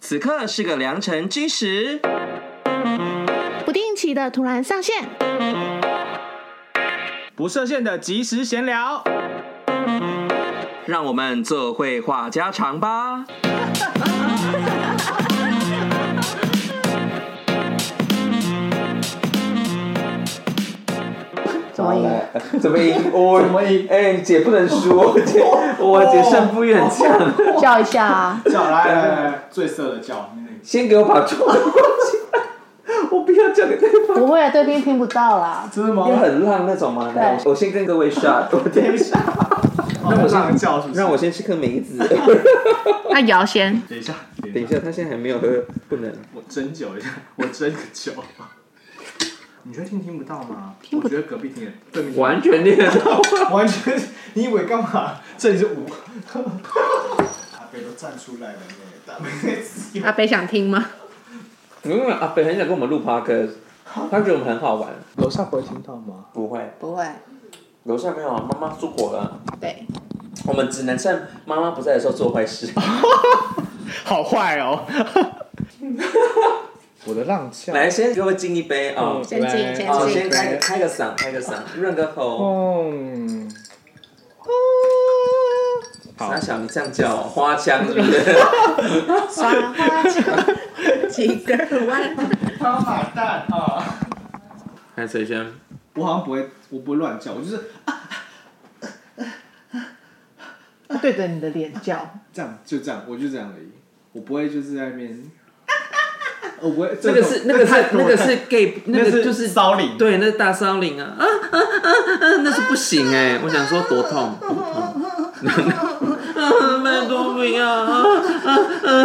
此刻是个良辰基时，不定期的突然上线，不设限的即时闲聊。让我们做绘画家常 吧。怎么赢？来，怎么赢？我 怎么赢？哎，姐不能输，姐我姐胜负欲很强。 叫一下啊！叫来来来来，最色的叫，先给我把球拿过去，我不要交给对方。不会，啊对面听不到啦。真的吗要很浪那种吗？对来我我先跟各位 shot，我 等一下，那我上叫是不是？让我先吃颗梅子。 那姚先，等一下，等一下，，他现在还没有喝，不能。我针灸一下，我针个灸。你觉得听听不到吗？听不我觉得隔壁听也对面听完全听得到，完全，你以为干嘛？这里是五。阿北都站出来了呢，大北阿北想听吗？没有阿北很想跟我们录 podcast，他觉得我们很好玩。楼下不会听到吗？不会，不会，楼下没有，啊妈妈出国了，对，我们只能趁妈妈不在的时候做坏事。好坏哦！ 我的浪叫 来，先给我敬一杯啊！先进来先哦，进先开个开个嗓，开个嗓，润个喉。嗯，好傻小，你这样叫花腔是不是？ 耍花枪，几个弯，他马蛋啊！来，水轩，我好像不会，我不会乱叫，我就是对着你的脸叫。这样，就这样，我就这样而已，我不会就是在 那边。我不会，那个是那个是那个是 gay，那个就是骚领，对，那是大骚领啊啊啊啊啊！那是不行哎，我想说多痛，多痛。 啊，拜托不要！啊啊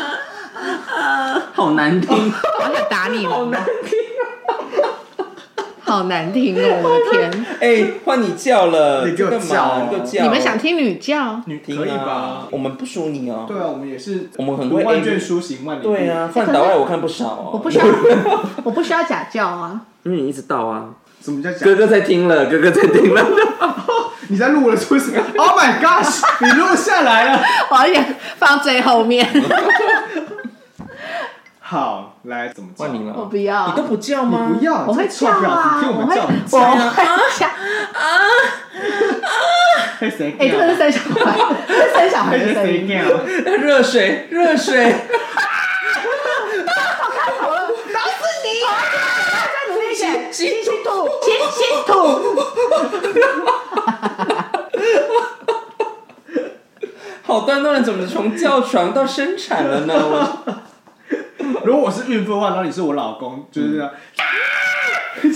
啊啊！好难听，好想打你好难听，哦好难听哦！我的天，哎，换你叫了，你给我干嘛？叫你给我叫！你们想听啊女叫？女听可以啊吧？我们不输你哦。对啊，我们也是，我们很会读万 A 卷书行万里路。对啊，饭岛外我看不少哦。嗯我不需要，我不需要假叫啊！因为你一直到啊。什么叫假 哥哥在听了，哥哥在听了。你在录了出什么？Oh my gosh！你录下来了。我要演放最后面，好，来怎么叫？ 换你了，我不要你都不叫吗？不要，我会这叫臭婊啊子，！听我我们会，叫我你会叫。嘿 谁哎，这个是叫？生小孩，这是生小孩嘿的声谁音。叫？ 热水，热水。 老是你！再努力一点，吸吸吐，吸吸吐。好端端的怎么从叫床到生产了 呢？我如果我是孕妇的话，然后你是我老公，就是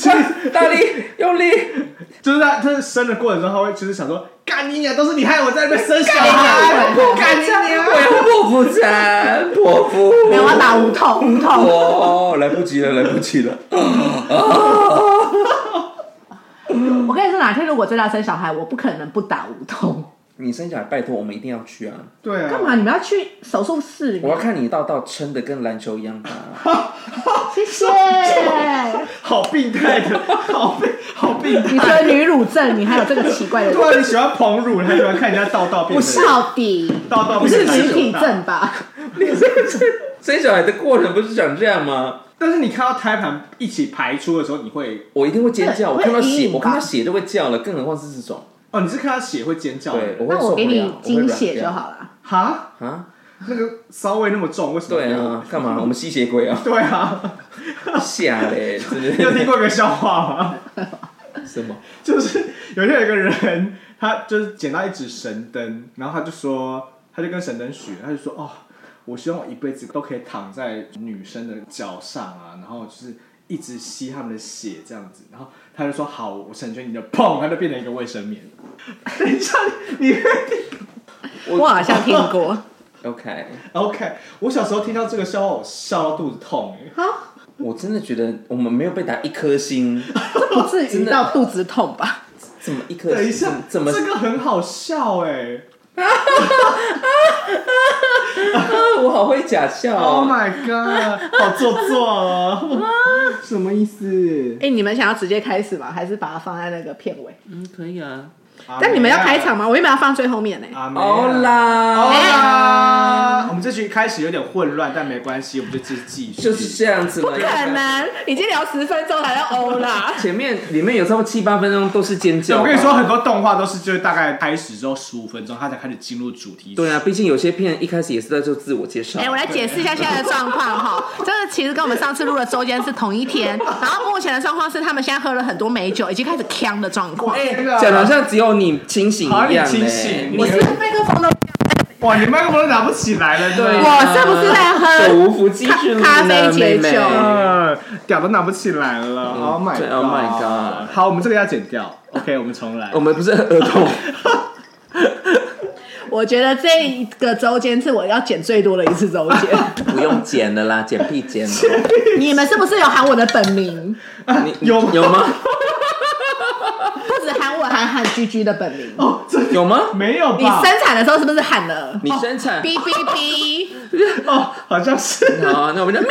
这样，大力用力，就是他，他生的过程中，他会就是想说，干你娘，都是你害我在那边生小孩，干你啊娘！剖腹产，剖腹。没有，我要打无痛，无痛。哦，来不及了，来不及了。我跟你说，哪天如果真的要生小孩，我不可能不打无痛。你生小孩，拜托我们一定要去啊！对啊，干嘛？？你们要去手术室里我要面？看你到到撑的跟篮球一样大。 谢谢。好病态的，好病，好病你除态。了女乳症，你还有这个奇怪的对啊，你喜欢捧乳，你还喜欢看人家道道变成到底道道不变是成篮实球体大症吧？生小孩的过程不是长这样吗？但是你看到胎盘一起排出的时候，你会我一定会尖叫，对我看到会阴血，影吧我看到血就会叫了，更何况是这种。哦，你是看到血会尖叫的对，我会哦那受我不给你了，我会精软血就掉好了。哈，啊。那个骚味那么重，为什么？对啊，干嘛？我们吸血鬼啊！ 对啊，吓嘞，是不你有听 是？过一个笑话吗？什么？ 就是有一天有一个人，他就是捡到一只神灯，然后他就说，他就跟神灯许，他就说，哦，我希望我一辈子都可以躺在女生的脚上啊，然后就是一直吸他们的血这样子，然后他就说好，我成全你的，砰，他就变成一个卫生棉。等一下，你你我好像听过 OK， OK，我小时候听到这个笑话，我笑到肚子痛哎。啊，我真的觉得我们没有被打一颗星，这不至于真的到肚子痛吧？怎么一颗星？等一下，怎么？这个很好笑哎我好会假笑！Oh 哦！ my god，好做作哦， 什么意思？哎，你们想要直接开始吗？还是把它放在那个片尾？嗯，可以啊。。阿但你们要开场吗？吗？我原本要放最后面呢、阿妹啊欧，啦，欧啦，我们这局开始有点混乱，但没关系，我们就继继续。就是这样子不了。可能，已经聊十分钟还要欧啦前面里面有差不多七八分钟都是尖对叫。我跟你说，，很多动画都是就是大概开始之后十五分钟，它才开始进入主题曲。对啊，毕竟有些片一开始也是在做自我介绍。 哎、我来解释一下现在的状况哈，这个其实跟我们上次录的周间是同一天，然后目前的状况是他们现在喝了很多美酒，已经开始呛的状况。哎，那个讲的好像只有你清醒好一像样你清醒，嘞你麦克风都，哇，你麦克风都拿不起来了，对我是不是在喝手无缚鸡之力咖咖呢，妹啡解妹酒？呃，屌都拿不起来了，Oh my 对，Oh my god！ god 好，我们这个要剪掉，OK，我们重来 我。们不是儿童，我觉得这一个周间是我要剪最多的一次 周间。不用剪了啦，剪必剪了。你们是不是有喊我的本名？你有吗有吗？不止喊我，还喊居居的本名。 哦，这有吗？没有你吧？生产的时候是不是喊了？你生产哔哔哔，哦，好像是。哦 好，啊那我们就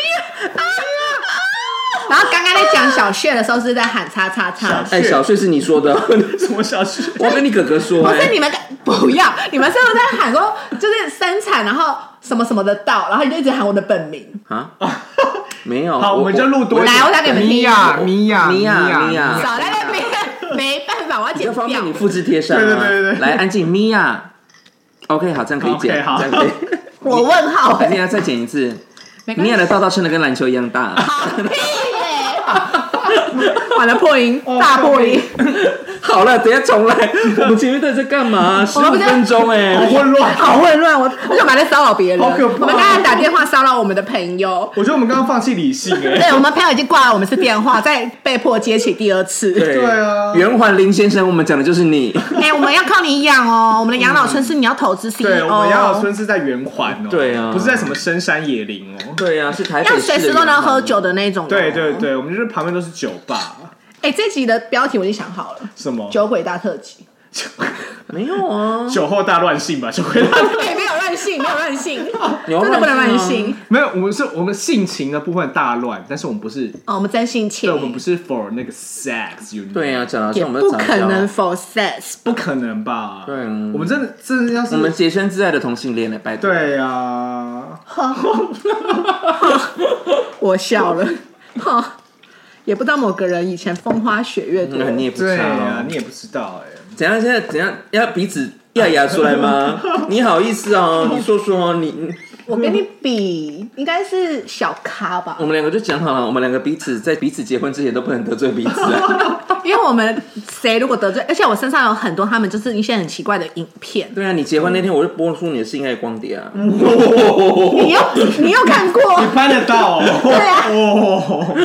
然后刚刚在讲小穴的时候是在喊叉叉叉，哎，小旭是你说 的，什么小旭？ 我跟你哥哥说，不是哎，你们在不要，你们是不是在喊说就是生产，然后什么什么的到，然后你就一直喊我的本名。啊，没有，好，我们就录多一点。来我打给你们听米娅，米娅，米娅米娅少在那边，没办法，我要这剪方掉面。你复制贴上啊，对对对对对来安静，米娅，OK，好，这样可以剪， OK，好这样可以， 我问号还是哎，要再剪一次？没关米系娅的道道撑的跟篮球一样大， 好屁嘞！ 完了破音，哦大破音。好了，等一下重来，我们前面到底在干嘛？十 我们五哦不是分钟哎，好混乱。好混乱，我我想把在骚扰别人。好可怕我们刚才打电话骚扰我们的朋友，我觉得我们刚刚放弃理性哎。 对我们朋友已经挂了我们是电话，再被迫接起第二次。对对啊圆环林先生，我们讲的就是你，哎、我们要靠你养 哦，我们的养老村是你要投资 E CEO，对，我们杨老孙是在圆环哦，对啊不是在什么深山野林哦。对啊，是台北要市的随时都能喝酒的那种、哦对对。对，我们就是旁边都是酒吧，哎、这集的标题我已经想好了，什么酒鬼大特辑。圆环，没有啊，酒后大乱性吧， 酒后大乱。哎对，没有乱性，没有乱 性，有啊真的不能乱。性。没有，我们是我们性情的部分大乱，但是我们不是，哦，我们真性对，情我，们不是 for 那个 sex，you know 对啊，讲到也这，我们不就找可一下能 for sex。不可能吧？对啊我们真的真的要是我们洁身自爱的同性恋呢，拜托。对啊呀， 我笑了， 哈，也不知道某个人以前风花雪月多。那你也不对差呀啊哦，。你也不知道哎，怎样？现在怎样？要彼此要牙出来 吗？你好意思哦？你说说哦，你你我跟你比，应该是小咖吧我，们两个就讲好了，我们两个彼此在彼此结婚之前都不能得罪彼此 啊。因为我们谁如果得罪，而且我身上有很多他们就是一些很奇怪的影片，对啊，你结婚那天我就播出你的性爱光碟啊。你 又你又看过？你办得到对哦？啊，哦，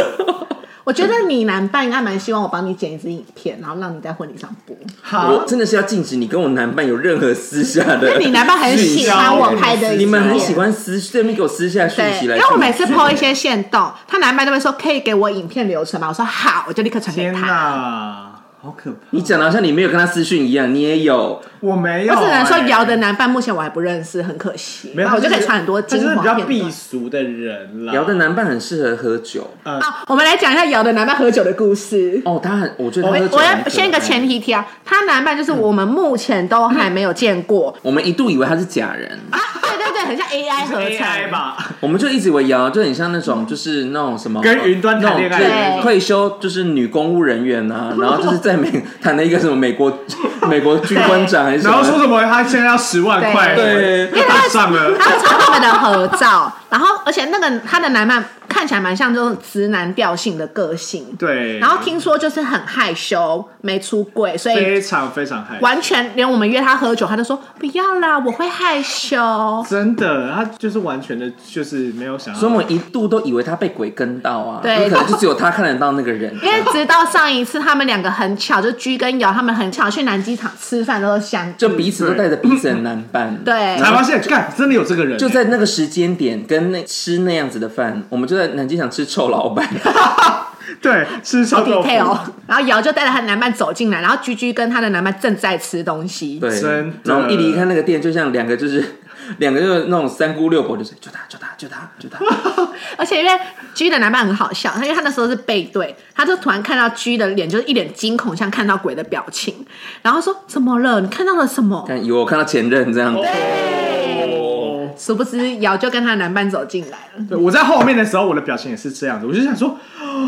我觉得你男伴应该蛮希望我帮你剪一支影片，然后让你在婚礼上播。我好，真的是要禁止你跟我男伴有任何私下的。你男伴很喜欢我拍的影片，你们很喜欢私，对面给我私下讯对，息因来。为我每次 PO 一些线动，他男伴都会说可以给我影片留存吗？我说好，我就立刻传给天他。哪，好可怕！你讲的好像你没有跟他私讯一样，你也有。我没有我哎，只能说姚的男伴目前我还不认识，很可惜。没有，那我就他可是以传很多他精就是比华较片避段。俗的人啦。姚的男伴很适合喝酒啊，我们来讲一下姚的男伴喝酒的故事。哦，他很，我觉得他喝酒我很要可先一个爱前提提啊，他男伴就是我们目前都还没有见过我们一度以为他是假人，啊，对对对，很像 AI 合成 AI 吧，我们就一直以为姚就很像那种，就是那种什么跟云端谈恋爱的那种对退休就是女公务人员啊，然后就是在美谈了一个什么美国 美国军官长还是什然后说么，什么他现在要十万块，对他打上了，他传他们的合照，然后而且那个他的男伴看起来蛮像这种直男调性的个性，对，然后听说就是很害羞，没出柜，所以非常非常害，完全连我们约他喝酒，他都说不要啦，我会害 羞。真的，他就是完全的，就是没有想所以我要。们一度都以为他被鬼跟到啊，对有可能就只有他看得到那个人。因为直到上一次，他们两个很巧，就居跟瑶他们很巧去南机场吃饭，都相就彼此都带着彼此的男伴， 对才发现，干真的有这个人，就在那个时间点跟那吃那样子的饭，我们就在南机场吃臭老 板，对吃好臭豆腐， detail。然后瑶就带着她男伴走进来，然后居居跟她的男伴正在吃东西。对，真的然后一离开那个店，就像两个就是 两个就是那种三姑六婆，就是就他就他就他就他， 而且因为 G 的男伴很好笑，他因为他那时候是背对，他就突然看到 G 的脸，就是一脸惊恐，像看到鬼的表情，然后说怎么了？你看到了什么？看以为我看到前任这样子，哦，殊不知瑶就跟她的男伴走进来了，对，我在后面的时候，我的表情也是这样子，我就 想说，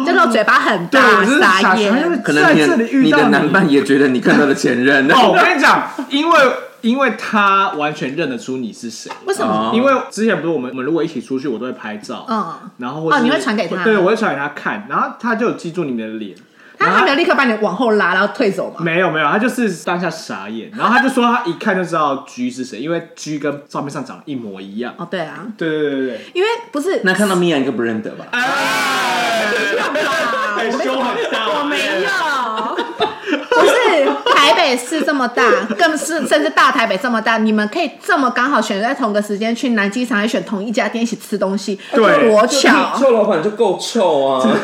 就那种嘴巴很对大我真，的傻傻眼。可能在你这里遇你到的男伴也觉得你看到了前任， 哦，我跟你讲，因为因为他完全认得出你是谁。为什么？ 哦因为之前不是我们我们如果一起出去，我都会拍照，嗯，然后或是哦你会传给他对，我会传给他看，然后他就有记住你们的脸，他然他后没有立刻把你往后拉，然后退走吗？没有没有，他就是当下傻眼，然后他就说他一看就知道 G 是谁，因为 G 跟照片上长得一模一样。哦，对啊，对对对对对，因为不是那看到米娅应该不认得吧？很啊凶很大，我没没有，不是台北市这么大，更是甚至大台北这么大，你们可以这么刚好选在同个时间去南机场，还选同一家店一起吃东西，对多就 巧！臭老板就够臭 啊！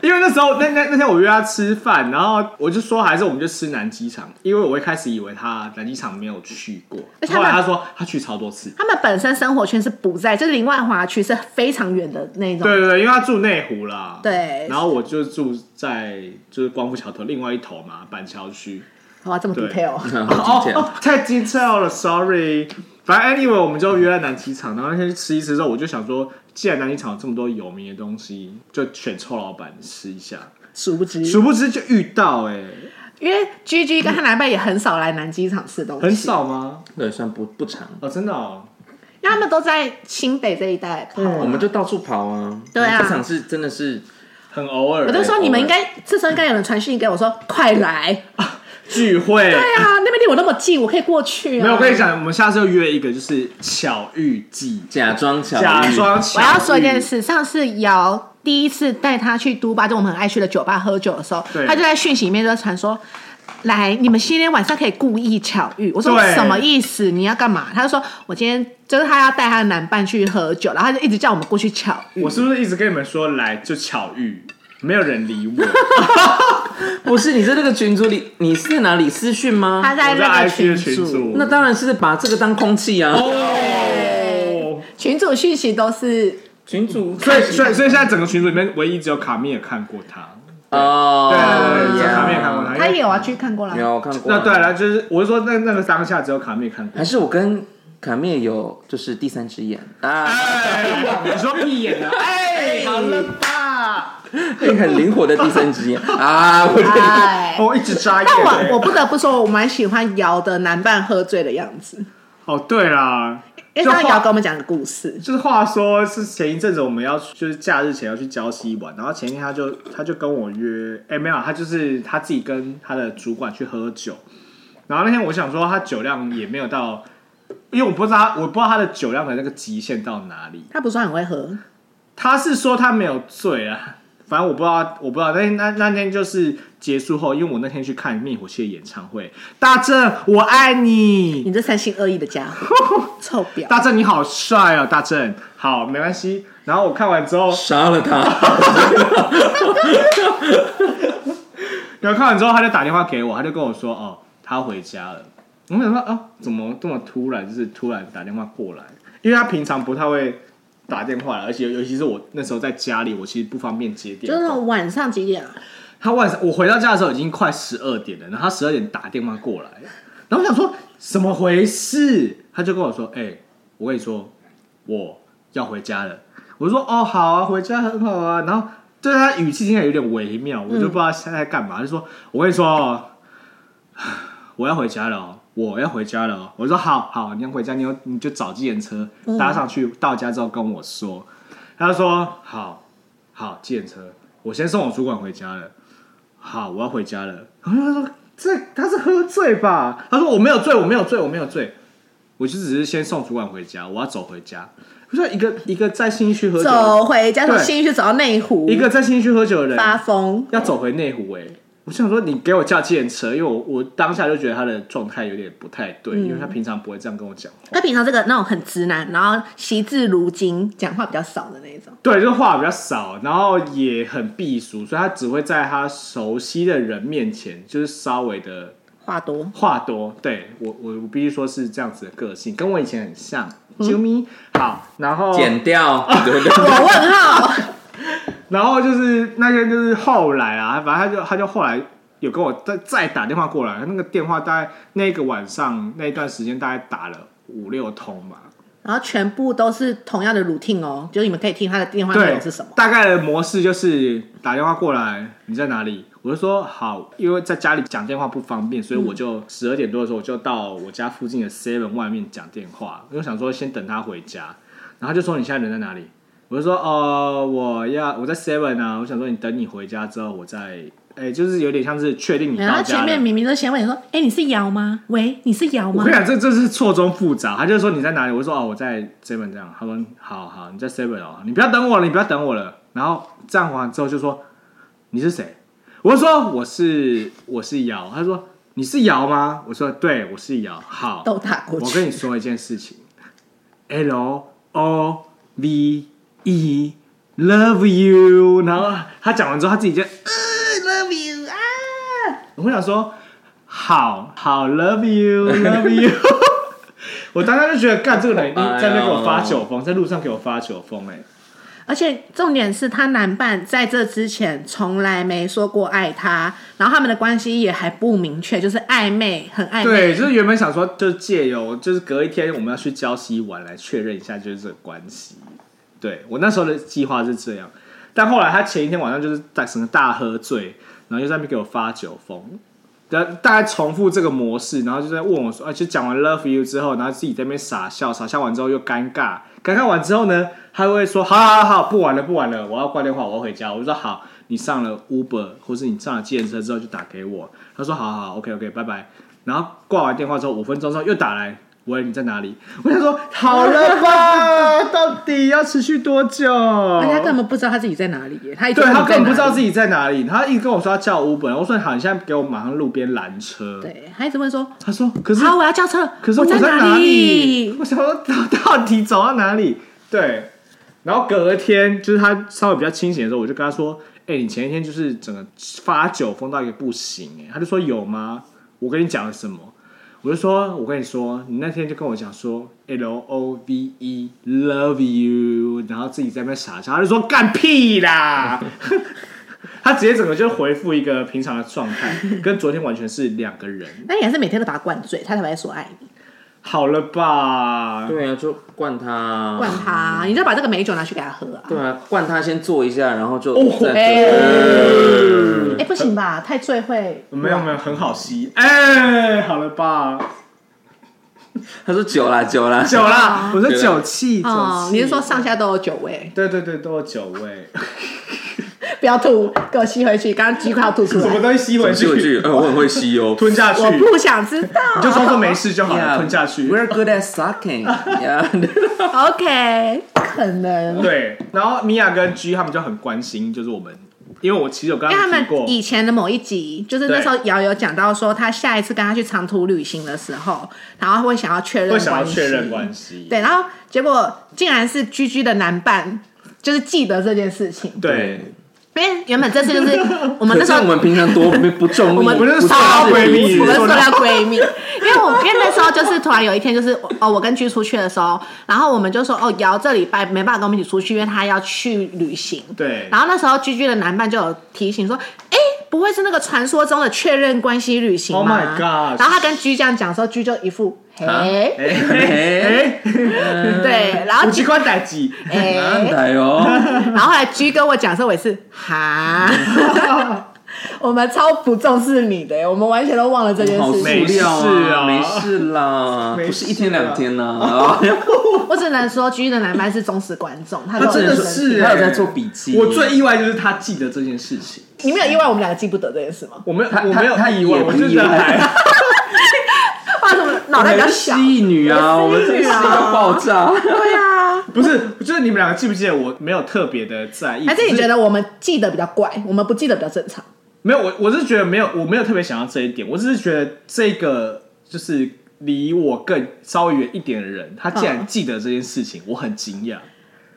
因为那时候那那那天我约他吃饭，然后我就说还是我们就吃南机场，因为我一开始以为他南机场没有去过，而且他后来们他说他去超多次。他们本身生活圈是不在，就是林万华区是非常远的那种。对对对，因为他住内湖啦，对然后我就住在就是光复桥头另外一头嘛，板桥区。哇，这么对 detail，哦好今天哦，太精巧了，sorry。反正 anyway，我们就约在南机场，然后那天去吃一吃之后，我就想说，既然南机场有这么多有名的东西，就选臭老板吃一下。殊不知，殊不知就遇到哎、因为 G G 跟她男伴也很少来南机场吃东西，很，少吗？对，算不不长，哦，真的哦。因为他们都在新北这一带跑。我们就到处跑啊。对我啊们这场是真的是很偶尔、欸我就说你们应该，这时候应该有人传讯给我说快来，聚会，对啊，那边离我那么近，我可以过去、啊。没有。我跟你讲，我们下次就约一个，就是巧遇记，假装巧遇假装我巧遇。要说一件，事，上次瑶第一次带他去都巴，就我们很爱去的酒吧喝酒的时候，对他就在讯息里面就传说。来，你们今天晚上可以故意巧遇。我说对什么意思？你要干嘛？他就说，我今天就是他要带他的男伴去喝酒，然后他就一直叫我们过去巧遇。我是不是一直跟你们说来就巧遇，没有人理我？不是你在那个群组里，你是在哪里私讯吗？他在我在那个 IG 的群群组，组，那当然是把这个当空气啊。哦。群主讯息都是群主所以，所以，所以现在整个群组里面，唯一只有卡米尔看过他。哦，对对对，只有卡米尔看过呀他。因他为也有啊，去看过了。有我看过。那对，了，就是我是说，那那个当下只有卡米尔看过还。是我跟卡面有就是第三只眼啊，哎你说闭眼啊？哎，好了吧？很灵活的第三只眼啊，我觉得哎， 哦，一直眨眼。但我我不得不说，我蛮喜欢瑶的男伴喝醉的样子，哦，对啦，因为就刚刚瑶话跟我们讲个故事，就是话说是前一阵子我们要去就是假日前要去礁溪玩，然后前一天他就他就跟我约，哎、没有，他就是他自己跟他的主管去喝酒，然后那天我想说他酒量也没有到，因为我不知道他我不知道他的酒量的那个极限到哪里，他不算很会喝，他是说他没有醉啊，反正我不知道，我不知道。那天那那天就是结束后，因为我那天去看灭火器的演唱会，大正我爱你，你这三心二意的家伙， 臭婊！大正你好帅哦，大正好没关系。然后我看完之 后，杀了他。然后看完之后他就打电话给我，他就跟我说哦，他回家了。我想说啊，怎么这么突然，就是突然打电话过来，因为他平常不太会打电话，而且尤其是我那时候在家里，我其实不方便接电就是话。那种晚上几点啊？他晚上我回到家的时候已经快十二点了，然后他十二点打电话过来，然后我想说怎么回事，他就跟我说：“哎、我跟你说，我要回家了。”我说：“哦，好啊，回家很好啊。”然后对他语气听起来有点微妙，我就不知道现在在干嘛，他就说：“我跟你说哦，我要回家了、哦，我要回家了、哦。”我说：“好好，你要回家，你有你就找计程车搭上去，到家之后跟我说。”他就说：“好好，计程车，我先送我主管回家了。”好，我要回家了。然后他说：“这他是喝醉吧？”他说：“我没有醉，我没有醉，我没有醉，我就只是先送主管回家，我要走回家。”我说：“一个一个在新区喝酒的，走回家从对新义区走到内湖，一个在新区喝酒的人，发疯。要走回内湖哎、我想说你给我叫计程车，因为我我当下就觉得他的状态有点不太对，因为他平常不会这样跟我讲话。他平常这个那种很直男，然后惜字如金，讲话比较少的那一种。对，就是话比较少，然后也很避俗，所以他只会在他熟悉的人面前，就是稍微的话 多，话多，对我我我必须说是这样子的个性，跟我以前很像。啾咪，好，然后剪掉， 对不我对？问号，然后就是那天就是后来啊，反正他就他就后来有跟我再再打电话过来，那个电话大概那个晚上那一段时间大概打了五六通吧，然后全部都是同样的 routine 哦，就是你们可以听他的电话内对容是什么，。大概的模式就是打电话过来，你在哪里？我就说好，因为在家里讲电话不方便，所以嗯我就十二点多的时候我就到我家附近的 Seven 外面讲电话，因为我想说先等他回家，然后他就说你现在人在哪里？我就说呃，我要我在 Seven 啊，我想说你等你回家之后我再，哎、就是有点像是确定你然到后家前面了。明明就先问你说：“哎、你是瑶吗？喂，你是瑶我吗跟你讲，这这是错综复杂。他就说你在哪里，我就说哦我在 Seven 这样。他说好好你在 Seven 哦，你不要等我了，你不要等我了。然后这样完之后就说你是谁？我就说我是我是瑶。他说你是瑶吗？我说对，我是瑶。？”好，都打过我去，跟你说一件事情，L O V E love you，然后他讲完之后，他自己就呃 love you 啊，我想说好好 love you love you，我当时就觉得干这个人一定在那边给我发酒疯，在路上给我发酒疯哎、而且重点是他男伴在这之前从来没说过爱他，然后他们的关系也还不明确，就是暧昧，很暧昧。对，就是原本想说，就是借由就是隔一天我们要去礁溪玩来确认一下就是这个关系。对我那时候的计划是这样，但后来他前一天晚上就是在整个大喝醉，然后就在那边给我发酒疯，然后大概重复这个模式，然后就在问我说，啊，就讲完 love you 之后，然后自己在那边傻笑，傻笑完之后又尴尬，尴尬完之后呢，他会说，好好好，不玩了不玩了，我要挂电话，我要回家。我就说好，你上了 Uber 或是你上了计程车之后就打给我。他说好好好，OK OK，拜拜。然后挂完电话之后，五分钟之后又打来，喂，你在哪里？我想说，好了吧，到底要持续多久？而且他根本不知道他自己在哪里耶，他一直对他根本不知道己自己在哪里，他一直跟我说他叫 Uber，我说好，你现在给我马上路边拦车。对，他一直问说他说可：“是好，我要叫车，可是我在哪里？我想说到到底走到哪里？对，然后隔天就是他稍微比较清醒的时候，我就跟他说：“哎、你前一天就是整个发酒疯到一个不行。”哎，他就说：“有吗？我跟你讲了什么？”我就说：“我跟你说，你那天就跟我讲说 L O V E love you，然后自己在那边傻笑。”他就说：“干屁啦！” 他直接整个就回复一个平常的状态，跟昨天完全是两个人。那哎你还是每天都把他灌醉，他才会说哎爱你，好了吧？对啊，就灌他啊，灌他，你就把这个美酒拿去给他喝啊。对啊，灌他先做一下，然后就哦再哎、做哎不行吧，太醉会没有没有，很好吸。哎、好了吧？ 他说酒啦酒啦，酒啦，我说对酒气，酒啊哦气。，你是说上下都有酒味？对对对，都有酒味，不要吐，给我吸回去，刚刚鸡快要吐出什么来。东西吸回吸回去，去，呃，我很会吸 哦。 吞下去，我你不想知道。就装作没事就好了，吞下去。 We're good at sucking. Yeah. OK，可能，因为对，然后米娅跟 G 他们就很关心，就是我们，因为我其实有跟他们提过们，以前的某一集，就是那时候瑶有讲到说，他下一次跟他去长途旅行的时候，然后会想要确认会关系，想要确认关系。对，然后结果竟然是居居的男伴，就是记得这件事情。对，因为原本这次就是我们 可那时是候我们平常多不不重力，我们不我们是重沙视闺蜜彼此我们塑说料闺蜜，因为我因为那时候就是突然有一天就是哦，我跟居出去的时候，然后我们就说哦，瑶这礼拜没办法跟我们一起出去，因为她要去旅行。对然后那时候居居的男伴就有提醒说，哎、不会是那个传说中的确认关系旅行 Oh 吗 my god 然后他跟居这样讲的时候，居就一副嘿，啊哎，哎，对，然后 五级关代机，难哎，的哟。然后后来居跟我讲的时候，我也是 哈。我们超不重视你的，我们完全都忘了这件好事塑情没。事料啊没事啦，没事啊不是一天两天哦啦。我只能说，居的男伴是忠实观众，他他都真很的认真是，听他有在做笔记我最意外就是他记得这件事情。你没有意外我们两个记不得这件事吗？我没有，他我没有他他意外，也我不就意是还外。为什么脑袋比较小？蜥蜴女啊，我们这是个啊要爆 炸。对啊， 不是，就是你们两个记不记得？我没有特别的在意，还是只你觉得我们记得比较怪，我们不记得比较正常？没有？我我是觉得没有，我没有特别想要这一点，我只是觉得这个就是离我更稍微远一点的人，他竟然嗯记得这件事情，我很惊讶。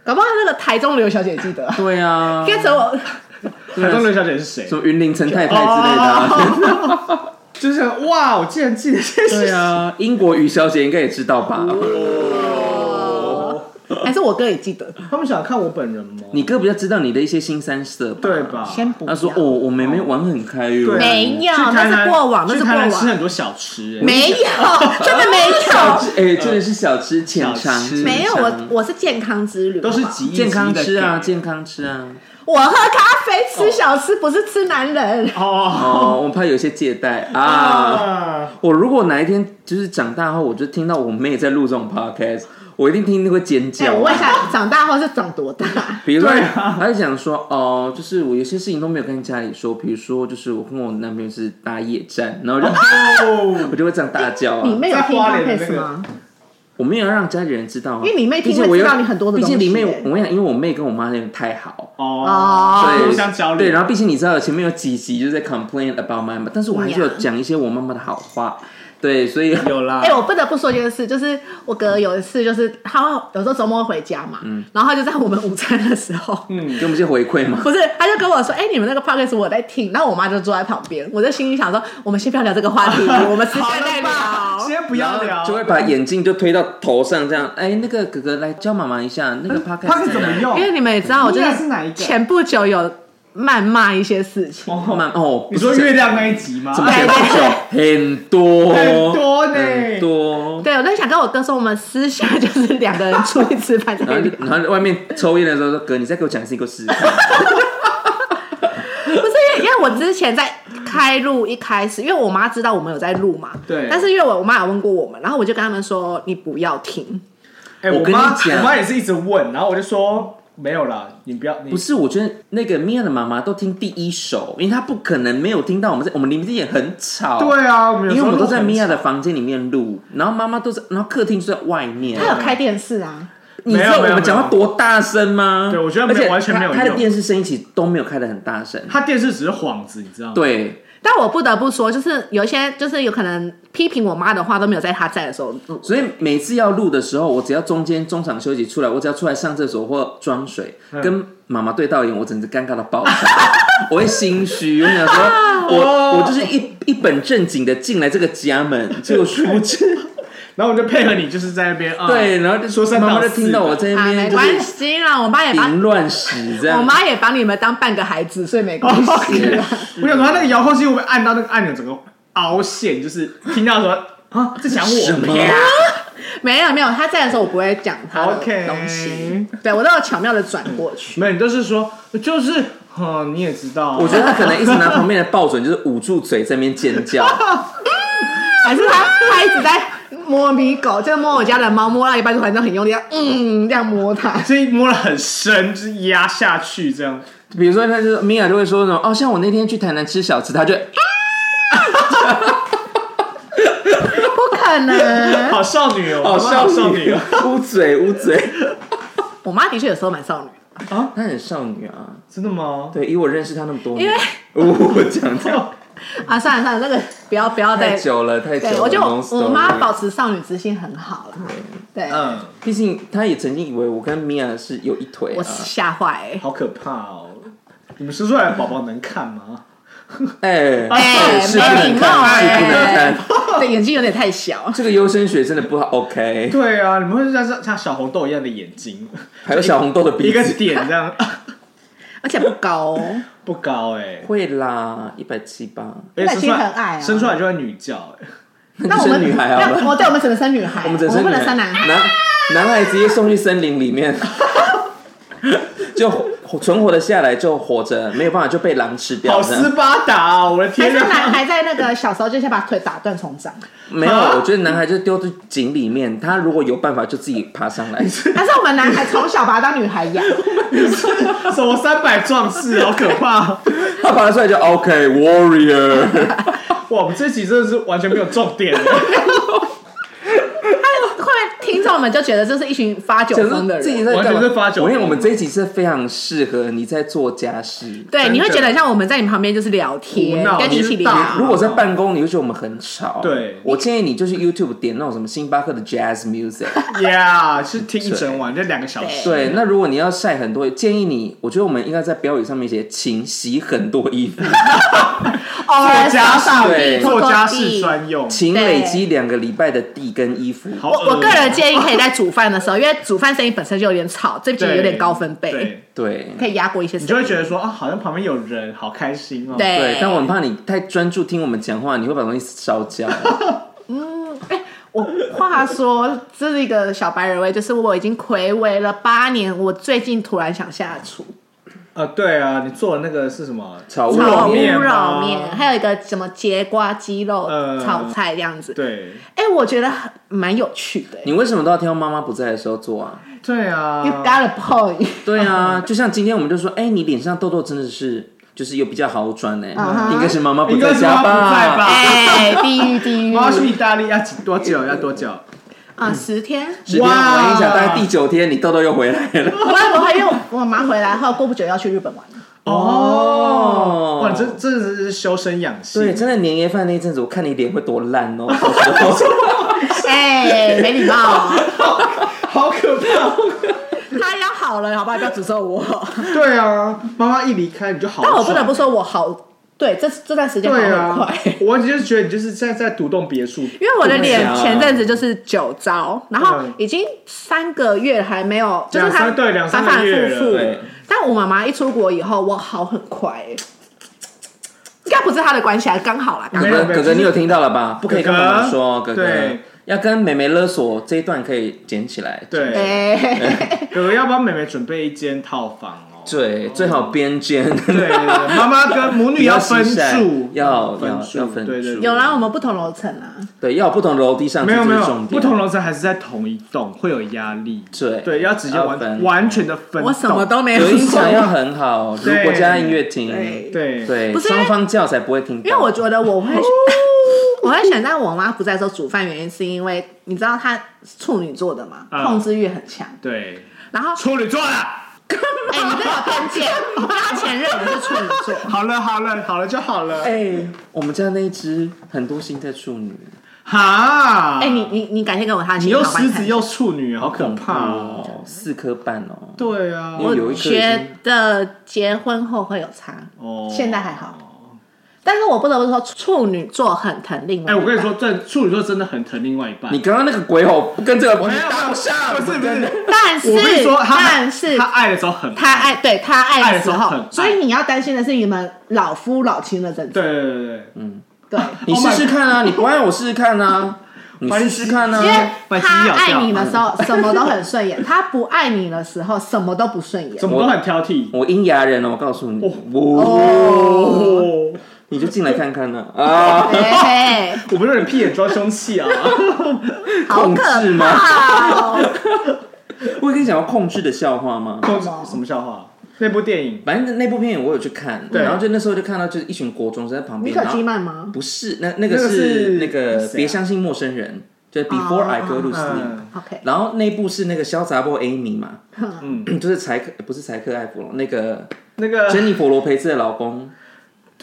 搞不好那个台中刘小姐记嗯得啊，对啊应，该只有我。台中刘小姐是谁哦什？么云林陈太太之类的啊。就是想哇，我竟然记得这些。 对啊，英国于小姐应该也知道吧？嗯还是我哥也记得，他们想看我本人吗？你哥比较知道你的一些新三色吧？对吧？先不要。他说：“哦，我妹妹玩很开哟对。”啊没有去台南那是过往那是去台南过往吃很多小吃、欸，没有，真的没有，哎，真的是小吃浅尝小吃，浅尝没有。我我是健康之旅，都是几亿健康吃啊，级的健康吃啊。我喝咖啡吃小吃，不是吃男人。哦哦，我怕有些借 贷啊。啊，我如果哪一天就是长大后，我就听到我妹在录这种 podcast，我一定听那个尖哎，叫。啊我问一下， 长大后是长多大？比如说，对啊他就讲说，哦，就是我有些事情都没有跟家里说，比如说，就是我跟我男朋友是打野战，然后我就、哦 我就会这样大叫你啊。妹有听在花 p 莲 o 的 d 那个吗？我没有让家里人知道啊，因为你妹听毕竟会我知有道你很多的毕竟东你西妹，耶我跟你讲，因为我妹跟我妈那样太好，哦，哦，对，互相交流对，然后毕竟你知道前面有几集就是在 complain about 妈妈，但是我还是有讲一些我妈妈的好话，对，所以有啦哎、，我不得不说一件事，就是我哥有一次，就是他有时候周末回家嘛，嗯然后他就在我们午餐的时候， 给我们一些回馈嘛。不是，他就跟我说：“哎、你们那个 podcast 我在听。”然后我妈就坐在旁边，我就心里想说：“我们先不要聊这个话 题，我们私好下再了吧，聊。先不要然聊，后就会把眼镜就推到头上，这样。哎，那个哥哥来教妈妈一下，那个 podcast 他是在怎么哪用？”因为你们也知道，我就你那是哪一个前不久有谩骂一些事情，哦慢哦，你说月亮那一集吗？哎怎么写不久？很多很多呢很多。对我在想跟我哥说，我们私下就是两个人出去吃饭再然后聊。就，然后外面抽烟的时候说：“哥，你再给我讲一次，你给我试试看。不是因为，因为我之前在开录一开始，因为我妈知道我们有在录嘛，对但是因为我我妈有问过我们，然后我就跟他们说：“你不要听。哎，我我跟你妈讲我妈也是一直问，然后我就说没有啦，你不要，”你不是，我觉得那个米娅的妈妈都听第一首，因为她不可能没有听到我们在我们里面也很吵。。对啊，我们有因为时我候们都在录很米娅长的房间里面录，然后妈妈都是，然后客厅就在外面。她有开电视啊，你知道没有没我有们讲话多大声吗？对我觉得没而有且完全没有他他的用电视声音其实都没有开的很大声。她电视只是幌子，你知道吗？对，但我不得不说，就是有一些就是有可能批评我妈的话都没有在她在的时候录。所以每次要录的时候，我只要中间中场休息出来，我只要出来上厕所或装水，嗯跟妈妈对到眼，我整只尴尬到爆炸， 我会心虚。我想说， 哦我我就是一一本正经的进来这个家 门，结果殊不知，然后我就配合你，就是在那边啊，对，然后就说三道妈四妈就听到我 在啊，那没边就关是啊系啦，我妈也把淫乱史这样。我妈也把你们当半个孩子，所以没关系。哦 OK，我想说他那个遥控器会不会按到那个按钮，整个凹陷，就是听到说啊，在讲我什么啊没有没有，她在的时候我不会讲她的 OK 东西对我都有巧妙的转过去。没有，你就是说，就是，哦，你也知道， 我觉得他可能一直拿旁边的抱枕，就是捂住嘴在那边尖叫。还是她她一直在摸米狗，就摸我家的猫，摸到一半就反正很用力，嗯，这样摸它。所以摸了很深，就是压下去这样。 比如说，他就是米娅就会说那种哦，像我那天去台南吃小吃，他就 不可能，好少女 哦， 哦好少女哦，捂嘴捂 嘴，我妈的确有时候蛮少女。她很少女啊。真的吗？对，以我认识她那么多年，因为 哦我讲错啊，算了算了，那个不要不要太再久了，太久对，了。我就 long 我 story 妈保，持少女之心很好了。对，嗯，毕竟她也曾经以为我跟米娅是有一腿我啊。吓坏欸。好可怕哦！你们说出来，宝宝能看吗？哎哎，是不没礼能貌看，是不能哎看。！ 对，眼睛有点太小。这个优生学真的不好，OK。对啊，你们会像像像小红豆一样的眼睛，还有小红豆的一鼻个子，点这样， 而且不 高哦，不高哎，会啦，一百七八，而那且生出其实很矮来啊生出来就会女叫哎。那那我就 们是女孩好了那。我对我们只能生女孩，我我们只生不女能孩，生男孩。男男孩直接送去森林里面， 就活存活的下来就活着，没有办法就被狼吃掉好这斯啊样。巴达、哦，我的还天是男啊！孩在那个小时候就先把腿打断重长，没有，啊我觉得男孩就丢进井里面，他如果有办法就自己爬上来。 还是我们男孩从小把他当女孩养？什么三百壮士，好可怕！他爬得出来就 OK warrior。哇，我们这集真的是完全没有重点。会不会听听众们就觉得这是一群发酒想疯的说自己人。在干嘛完全是发酒疯我跟你讲我们这一集是非常适合你在做家事。对，真的你会觉得很像我们在你旁边就是聊天胡，闹跟你一起聊就是大如果在办公，你会觉得我们很吵。对我建议你就是 YouTube 点那种什么星巴克的 Jazz Music。 ，Yeah，是听一整晚，这两个小时，对，那如果你要晒很多，建议你，我觉得我们应该在标语上面写“请洗很多衣服偶尔家扫扫对地、拖做拖家事地。专用”，。请累积两个礼拜的地跟衣服。好恶我我个人建议可以在煮饭的时候，因为煮饭声音本身就有点吵，这集对有点高分贝，对，对可以压过一些声你就会音。觉得说啊，好像旁边有人，好开心哦。对对，但我很怕你太专注听我们讲话，你会把东西烧焦。我话说，这是一个小白人味，就是我已经暌违了八年，我最近突然想下厨，啊，对啊，你做的那个是什么？炒乌炒龙乌面吗肉面，还有一个什么节瓜鸡肉呃炒菜这样子。对，哎、我觉得很蛮有趣的、欸你为什么都要挑妈妈不在的时候做啊？对 You 啊， got a point，对啊，就像今天我们就说，哎、你脸上痘痘真的是就是又比较好转哎、嗯哼应该是妈妈不应在该是家妈妈不在吧？吧？哎、地狱地狱我要去意大利要几多久？要多久？啊，十天，十天哇玩一下，大概第九天你痘痘又回来了。不会不会，因为我我妈回来后过不久要去日本玩，哦，哇，这这是修身养性，对，真的年夜饭那一阵子，我看你脸会多烂哦。到时候哎、没礼貌、哦， 好可怕。 她要好了，好不好？不要诅咒我，对啊，妈妈一离开你就好。但我不得不，说，我好，对，这这段时间好对很啊快。，我就是觉得你就是在在独栋别墅，因为我的脸对啊前阵子就是酒糟，然后已经三个月还没有，就是两它三对两反三反个月复了复对。但我妈妈一出国以后，我好很快、欸，应该不是她的关系啊，刚好啦，刚哥没好。有哥没哥有就哥，是你有听到了吧？不可以跟妈妈说，哥哥哥哥对要跟妹妹勒索这一段可以捡起来。对， 哎，哥哥要帮妹妹准备一间套房哦。对，最好边间。对，对对妈妈跟母女要分不要牺牲住，嗯要分要住，要分对对住对有啦，我们不同楼层啊， 对，要有不同楼梯上去没有这没是有重，不点。同楼层还是在同一栋，会有压力。对对，要直接要分完完全的分。我什么都。没有隔音说响要很好，如对果加音乐厅，对对，对，不是因为双方叫才不会听到。因为我觉得我会，哦 我会选在我妈不在的时候煮饭，原因是因为你知道她处女座的嘛，嗯控制欲很强。对，然后，处女座啦。哎，你对我偏见，因为她前任不是处女座，好了好了好了就好了。哎、我们家那一只很多心在处女，哈，哎，你你你改天给我她的你信号，又我帮狮你看子一下又处女，好可怕哦。哦，四颗半哦。对啊，我有一颗已经觉得结婚后会有差，哦现在还好。但是我不得不说，处女座很疼另外哎，一半。我跟你说，这处女座真的很疼另外一半。你刚刚那个鬼吼跟这个没有搭不上，不是不是，但是我跟你说，他但是他爱的时候很他爱对他爱的时爱的时候很候爱，所以你要担心的是你们老夫老妻的争执。对对对对嗯对，你对，试试看啊，你不爱我试试看啊，你试试看因 啊。为他爱你的时候嗯什么都很顺眼，他不爱你的时候什么都不顺眼。怎么都很挑剔。我阴阳人哦，我告诉你，哦，哦，你就进来看看呢啊，哎，我们有点屁眼装凶器 啊。好控可制吗？怕哦！ 我有跟你讲过控制的笑话吗？控制什么笑话？那部电影反正那部片我有去看，对然后就那时候就看到就是一群国中生在旁米边，可然后基曼吗？不是那那个那是个是那个谁啊别相信陌生人， 就是 Before I Go to 哦 Sleep，嗯 OK，然后那一部是那个潇洒 boy Amy 嘛，哼 就是柴克不是柴克艾弗隆那个 那个珍妮佛罗培兹的老公，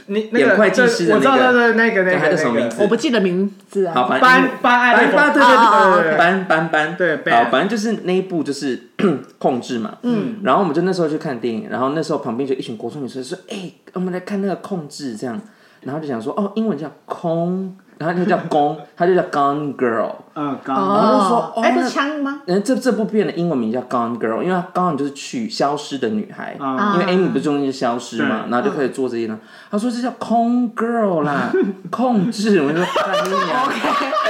你那个演会计师的我知道那个对对那个对那他个叫什么那个名字我不记得名字好，啊。反正班班爱班丽班凤对对哦哦哦对，班班班对好，班反正就是那一部就是 控制嘛，嗯，然后我们就那时候去看电影，然后那时候旁边就一群国中女生说，哎，我们来看那个控制这样，然后就想说哦，英文叫空，然后那个叫公，它就叫 Gone Girl，嗯，然刚后就说哦哎，不那是枪吗？嗯，这这部片的英文名叫《Gone Girl》，因为它 Gone 就是去消失的女孩，啊因为 Amy 不是中间就消失嘛，对然后就开始做这些呢。他说这叫空 girl 啦，控制。我就说干你 娘！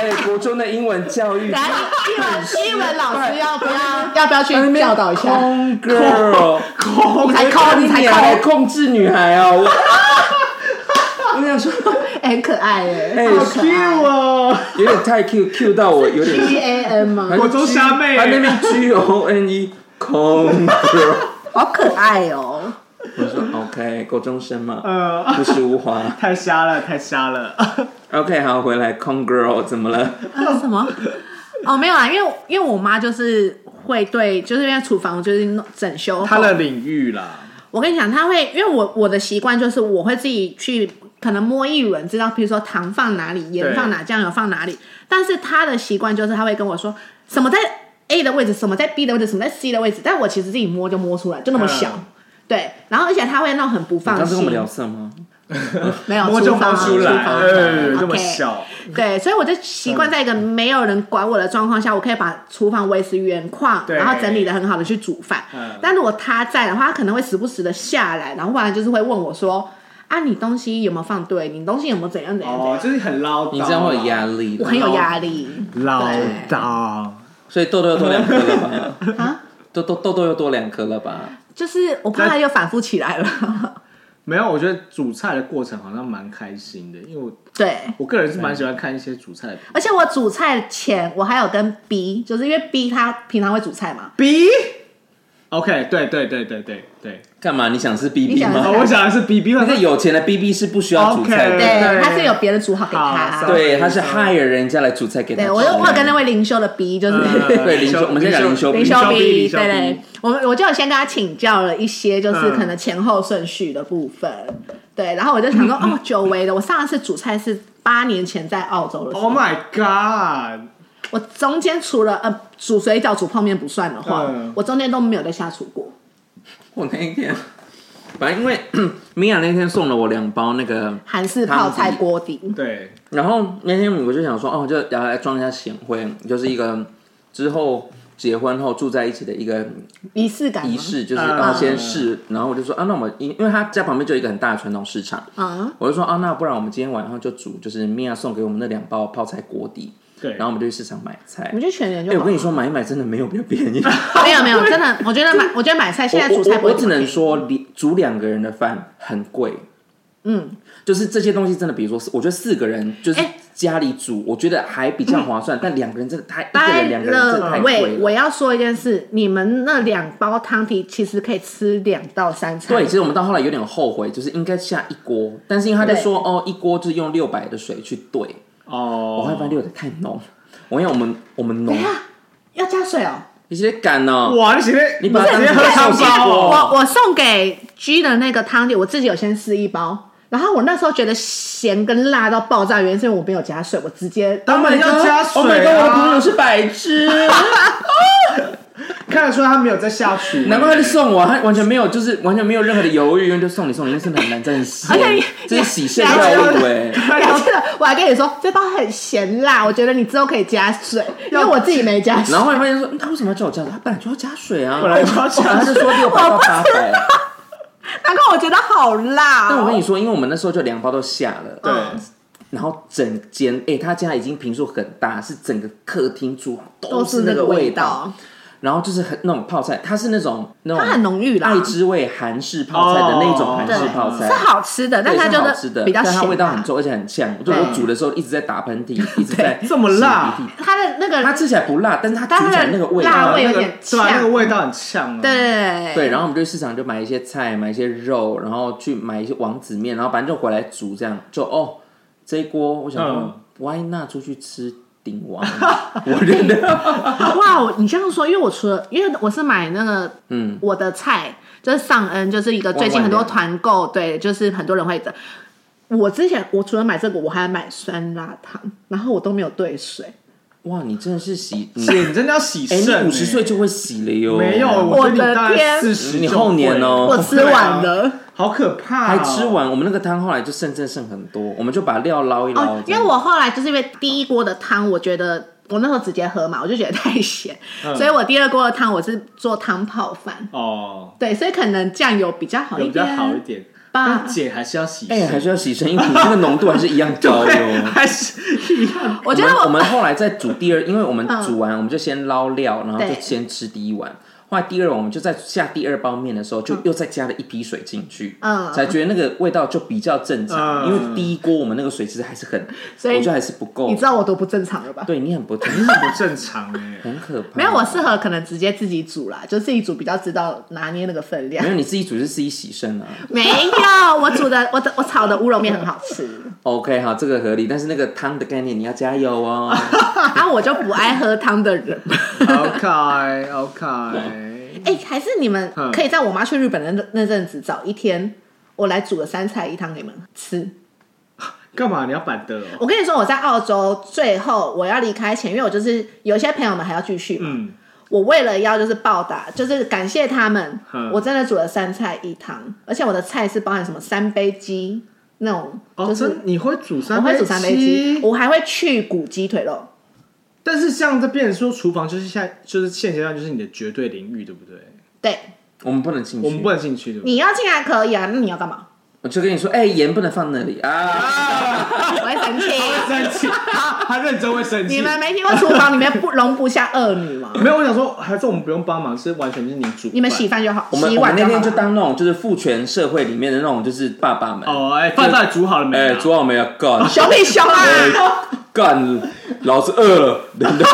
哎，国中的英文教育来，英文英文老师要不要要不要去教导一下？空 girl，你才抠，干你你才娘还抠，控制女孩啊！我我想说，哎很可爱哎，哎好可爱。 Q 哦，有点太 Q Q 到我有点 G A 啊 N 吗？ 国中虾妹他那边 G O N E 空 girl。好可爱哦！我说 OK，国中生嘛，呃朴实无华。太瞎了，太瞎了。嗯 OK，好，回来空 girl 怎么了？哦啊什么？哦，没有啊，因为因为我妈就是会对，就是因为厨房就是弄整修后，他的领域啦，我跟你讲，他会因为我我的习惯就是我会自己去可能摸一轮，知道比如说糖放哪里，盐对放哪，酱油放哪里。但是他的习惯就是他会跟我说什么在 A 的位置，什么在 B 的位置，什么在 C 的位置，但我其实自己摸就摸出来，就那么小。嗯对，然后而且他会那种很不你放刚跟我心们，聊色吗？没有摸就厨摸房出来，厨房哎， OK 这么小，对，所以我就习惯在一个嗯没有人管我的状况下，我可以把厨房维持原况，对然后整理的很好的去煮饭。嗯但如果他在的话，他可能会时不时的下来，然后不然就是会问我说：“啊，你东西有没有放对？你东西有没有怎样怎样怎样？”哦，就是很唠叨，你这样会有压力我，很有压力。唠叨，所以痘痘又多两颗了吧？ 啊，痘痘痘痘又多两颗了吧？就是我怕他又反复起来了。 没有，我觉得煮菜的过程好像蛮开心的，因为我对，我个人是蛮喜欢看一些煮菜的。而且我煮菜前，我还有跟 B，就是因为 B 他平常会煮菜嘛， B。OK，对对对对对对，干嘛？你想是 B 你 B 想吗是？哦，我想的是 B B 那个有钱的 B B 是不需要煮菜 OK 的，对，对他是有别人煮好给他好。对，他是 hire 人家来煮菜给他吃。对，我就我有跟那位灵修的 B，就是、嗯对灵修我们现在讲灵修林灵修修 B， B，对对，我我就有先跟他请教了一些，就是嗯可能前后顺序的部分，对，然后我就想说，哦，久违的，我上一次煮菜是八年前在澳洲的时哦候， Oh my God！我中间除了呃煮水饺、煮泡面不算的话，嗯我中间都没有再下厨过，我那一天，反正因为 米娅那天送了我两包那个，韩式泡菜锅底，对，然后那天我就想说，哦，就要来装一下贤惠，就是一个之后结婚后住在一起的一个仪式感吗仪，式，就是嗯要先试。然后我就说啊，那我们因因为他家旁边就有一个很大的传统市场，啊，我就说啊，那不然我们今天晚上就煮，就是米娅送给我们那两包泡菜锅底，对嗯然后我们就去市场买菜我。们就全员哎、就好我跟你说，买一买真的没有比较便宜。没有没有，真的，我觉得买我觉得买菜 现在煮菜我不我会我只能说，你煮两个人的饭很贵。嗯，就是这些东西真的，比如说四，我觉得四个人就是哎嗯家里煮，我觉得还比较划算。但两个人真的太一个拜人两个人真的太了贵喂！我了。要说一件事，你们那两包汤底其实可以吃两到三餐。对，其实我们到后来有点后悔，就是应该下一锅，但是因为他就说哦，一锅就是用六百的水去兑，我后来发现哦，哎六百太浓，我因为我们我们浓等一下要加水哦。一些感呢，哇，你前面你把直接喝汤包哦，我我送给 G 的那个汤底，我自己有先试一包。然后我那时候觉得咸跟辣到爆炸，原因是因为我没有加水，我直接当然要加水 Oh my god！我的朋友啊！是白痴， 看得出来他没有在下厨，难怪他就送我，他完全没有，就是完全没有任何的犹豫，就送你送你，因为真的很难珍 惜而且你，这是喜事你还道要路哎。他然后哎要真的 我还跟你说这包很咸辣，我觉得你之后可以 加水，因为我自己没加水然。后后来发现说，嗯他为什么要叫我加水？他本来就要加水啊，本来就要加水然后他就说六百到八百。难怪我觉得好辣哦。但我跟你说，因为我们那时候就两包都下了，对，然后整间哎、他家已经平数很大，是整个客厅住都都是是那那个个味味道道，，然后就是很那种泡菜，它是那种那种它很浓郁啦哦爱之味韩式泡菜的那种韩式对泡菜是。好吃的，但对它是好就吃的，比较但它咸，味道很重，而且很呛。就我对煮的时候一直在打 喷嚏，一直在这么辣擤鼻涕它的那它个吃起来不辣，但是它但煮起它来的那个味辣道味有那个点对啊，呛那个味道很呛啊。对对，然后我们就去市场就买一些菜，买一些肉，然后去买一些王子面，然后反正就回来煮，这样就哦，这一锅我想说嗯，Why not 出去吃鼎王？ 我觉得，哇，你这样说，因为我除了因为我是买那个嗯，我的菜，就是上恩，就是一个最近很多团购，对，就是很多人会的。我之前我除了买这个，我还买酸辣汤，然后我都没有兑水。哇，你真的是洗，你姐，你真的要洗哎，肾欸？你五十岁就会洗了哟，没有？我觉得的你大概天四十，你后年哦我吃完了，啊好可怕，哦还吃。完，我们那个汤后来就剩剩剩很多，我们就把料捞一捞哦，，这因为样我后来就是因为第一锅的汤，我觉得我那时候直接喝嘛，我就觉得太咸，所以我第二锅的汤我是做汤泡饭，哦，对，所以可能酱油比较好有一比较点，好一点，吧但。姐 还是要洗哎，还肾，是要洗身，因为你那个浓度还是一样高哟。还是一样。我我觉得们我我们后来再煮第二，因为我们煮完我们就先捞料，然后对就先吃第一碗。后来第二碗我们就在下第二包面的时候，就又再加了一批水进去，嗯才觉得那个味道就比较正常。嗯因为第一锅我们那个水其实还是很，所以我觉得还是不够你。知道我多不正常了吧？对你很不，你你很不正常哎、很可怕。没有，我适合可能直接自己煮啦，就自己煮比较知道拿捏那个分量没。有你自己煮是自己洗身啊。没有，我煮的我的我炒的乌龙面很好 吃， OK，好，这个合理。但是那个汤的概念你要加油 哦。啊，我就不爱喝汤的 人。 OK OK，哎、还是你们嗯可以在我妈去日本的那那阵子找一天，我来煮个三菜一汤给你们吃。干嘛你要板凳哦？我跟你说，我在澳洲最后我要离开前，因为我就是有一些朋友们还要继续嘛，嗯，我为了要就是报答，就是感谢他们，嗯我真的煮了三菜一汤，而且我的菜是包含什么三杯鸡那种，哦，就是、真你会煮我三会杯煮三杯鸡，我还会去骨鸡腿肉。但是这样就变成说厨房就是现在就是现阶段就是你的绝对领域，对不对？对，我们不能进去，我们不能进去，对不对？你要进来可以啊，那你要干 嘛？我就跟你说，哎、盐不能放那里啊。我会生气。生气，他他认真会生你们没听过厨房里面不容不下恶女吗？没有，我想说，还是我们不用帮忙，是完全就是你煮。你们洗饭就好，我们洗我们碗那好天就当那种就是父权社会里面的那种就是爸爸们，哦，哎，饭到底煮好了没哎、啊？昨晚我们要干 熊比熊啊啦，干，老子饿了，真的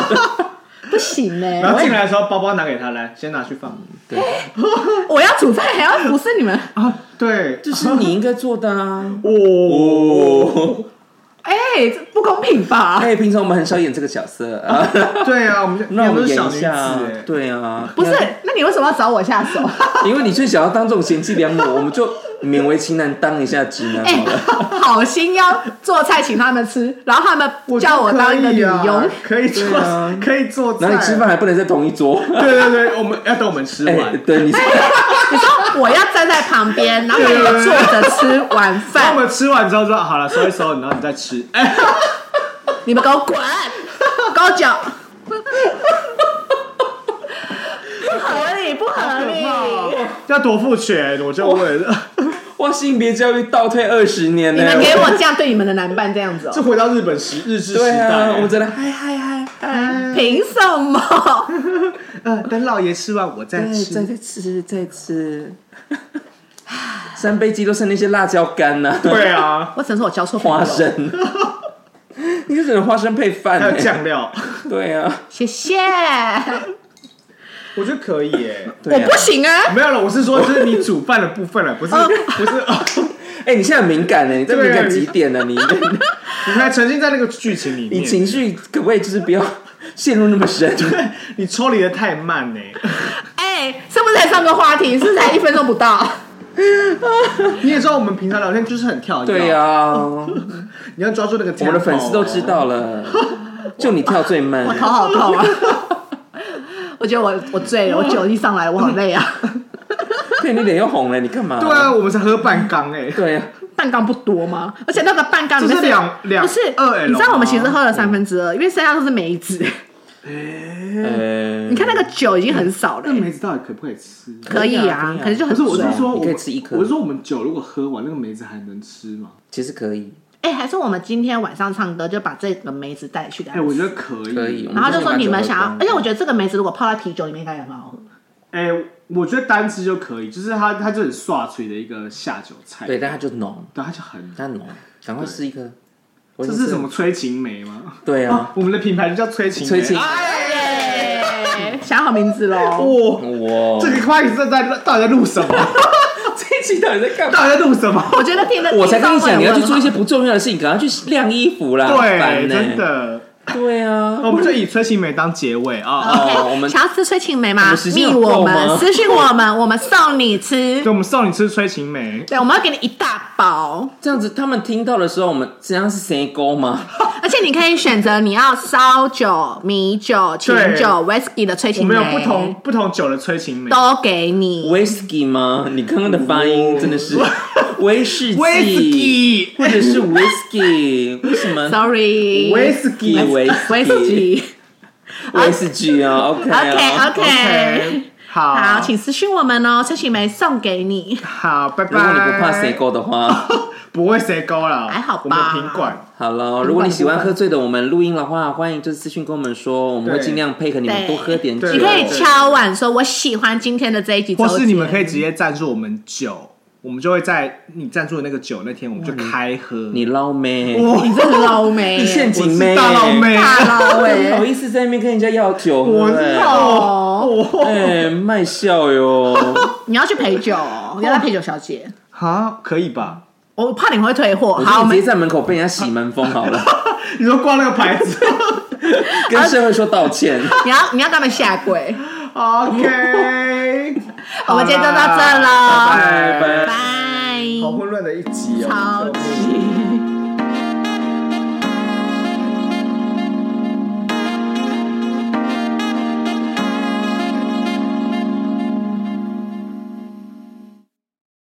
不行欸呢、然后进来的时候，包包拿给他，来，先拿去放。我我要煮饭还要服侍你们。啊，对， 这是你应该做的啊。哦，哦， 哎、这不公平吧？哎、平常我们很少演这个角色 啊，对啊，我们就那我们们都是演小一女下啊子，，哎对啊，不是，那你为什么要找我下手？因为你最想要当这种贤妻良母，我们就勉为其难当一下直男哎、好了。好心要做菜请他们吃，然后他们叫我当一个女佣。可以做对啊，可以做菜。然后你吃饭还不能在同一桌，对对对，我们要等我们吃哎、完，对，你 你说我要站在旁边，然后你们坐着吃晚等我饭，们吃完之后说好了，收一收，然后你 再吃。哎，你们给我滚，给我脚。不合理，不合理！哎要多付钱，我就问，哇，性别教育倒退二十年你呢、们给我这样对你们的男伴这样子哦、 这回到日本时日治时对啊，代我。们真的嗨嗨嗨嗨，凭什么？嗯，等老爷吃完我再对再吃。再吃再吃，三杯鸡都剩那些辣椒干呐、对啊，我只能说我教错朋友花了，生，你就只能花生配饭、还有欸，酱料，对啊，谢谢。啊我觉得可以耶。对我啊不，行啊，没有了，我是说，就是你煮饭的部分了，不是不是。哦 哎、你现在很敏感呢、你在敏感几点呢、你你还沉浸在那个剧情里 面，你情绪可不可以就是不要陷入那么深？ 你抽离的太慢呢、哎、是不是才上个话题？是不是才一分钟不到？你也知道我们平常聊天就是很跳跃，对呀、你要抓住那个。我我们的粉丝都知，道了，就你跳最慢欸我，头好 痛啊！我觉得我我醉了，我酒一上来，我好累啊。对你脸又红了，你干嘛？对啊，我们才喝半缸哎、对啊，半缸不多吗？而且那个半缸里面这是两两不是 2L 你知道我们其实吗喝了三分之二，因为剩下都是梅子。呃， 你看那个酒已经很少了、欸那梅子到底可不可以吃？可以啊可以，啊可是就不很嗯是，我醉是。说我们，你可以吃一颗我是说，我们酒如果喝完，那个梅子还能吃吗？其实可以，哎、还是我们今天晚上唱歌就把这个梅子带去给哎、他们我吃觉得可以。可以然后就说你们想要，我们而且我觉得这个梅子如果泡在啤酒里面应该也蛮好喝。哎、我觉得单吃就可以，就是它，它就很刷嘴的一个下酒菜。对，，但它就浓，对，它就很。它浓，赶快试一颗。我已这经是吃什了么催情梅吗？对啊，我们的品牌就叫催情梅。啊催情耶想好名字喽。哇、哇，这个话题在在到底在录什么？ 这一期到底在干嘛？到底在录什么？我觉得听的我才跟你讲，你要去做一些。些不重要的事情，赶快去晾衣服啦。很对，啊烦呢真。的，对啊，我们就以崔琴梅当结尾啊。哦 OK，我们想要吃催情梅我吗们时？间密有够我吗们，私信我们，我们送你吃对，。我们送你吃崔琴梅，对，我们要给你一大包，这样子他们听到的时候，我们这样是谁勾吗？而且你可以选择你要烧酒、米酒、琴对酒、whisky 的催我情梅，们有不同不同酒的崔琴梅。都给你。 Whisky 吗？你刚刚的发音真的是威士忌， Whisky，或者是 Whisky？为什 么 Sorry，以 Whisky，为威士忌。威士忌啊？OK 啊 OK，OK OK 好，好，请私信我们哦，崔琴梅送给你。好，拜拜。如果你不怕谁勾的话， 不会谁高啦，还好吧我们品管好了，如果你喜欢喝醉的我们录音的话，欢迎就是私信跟我们说，我们会对尽量配合你们对多喝点酒。对你可以敲碗说，我喜欢今天的这一集，或是你们可以，以 直接赞助我们酒，我们就会在你赞助的那个酒那天，我们就开喝。你捞妹，哇你这捞妹你耶，陷阱我妹，是大捞妹大捞 不好哎，意思在那边跟人家要酒喝我知哎道哦，哎，卖笑哟！你要去陪酒哦，你要当陪酒小姐，哈，可以吧？我怕你会退货。我好，觉我得你直们接在门口被人家洗门风好了，你说挂那个牌子 跟社会说道歉。你要你要跟他们下跪。 ？OK，我们今天就到这好啦喽，拜拜拜。好混乱的一集哦，超级。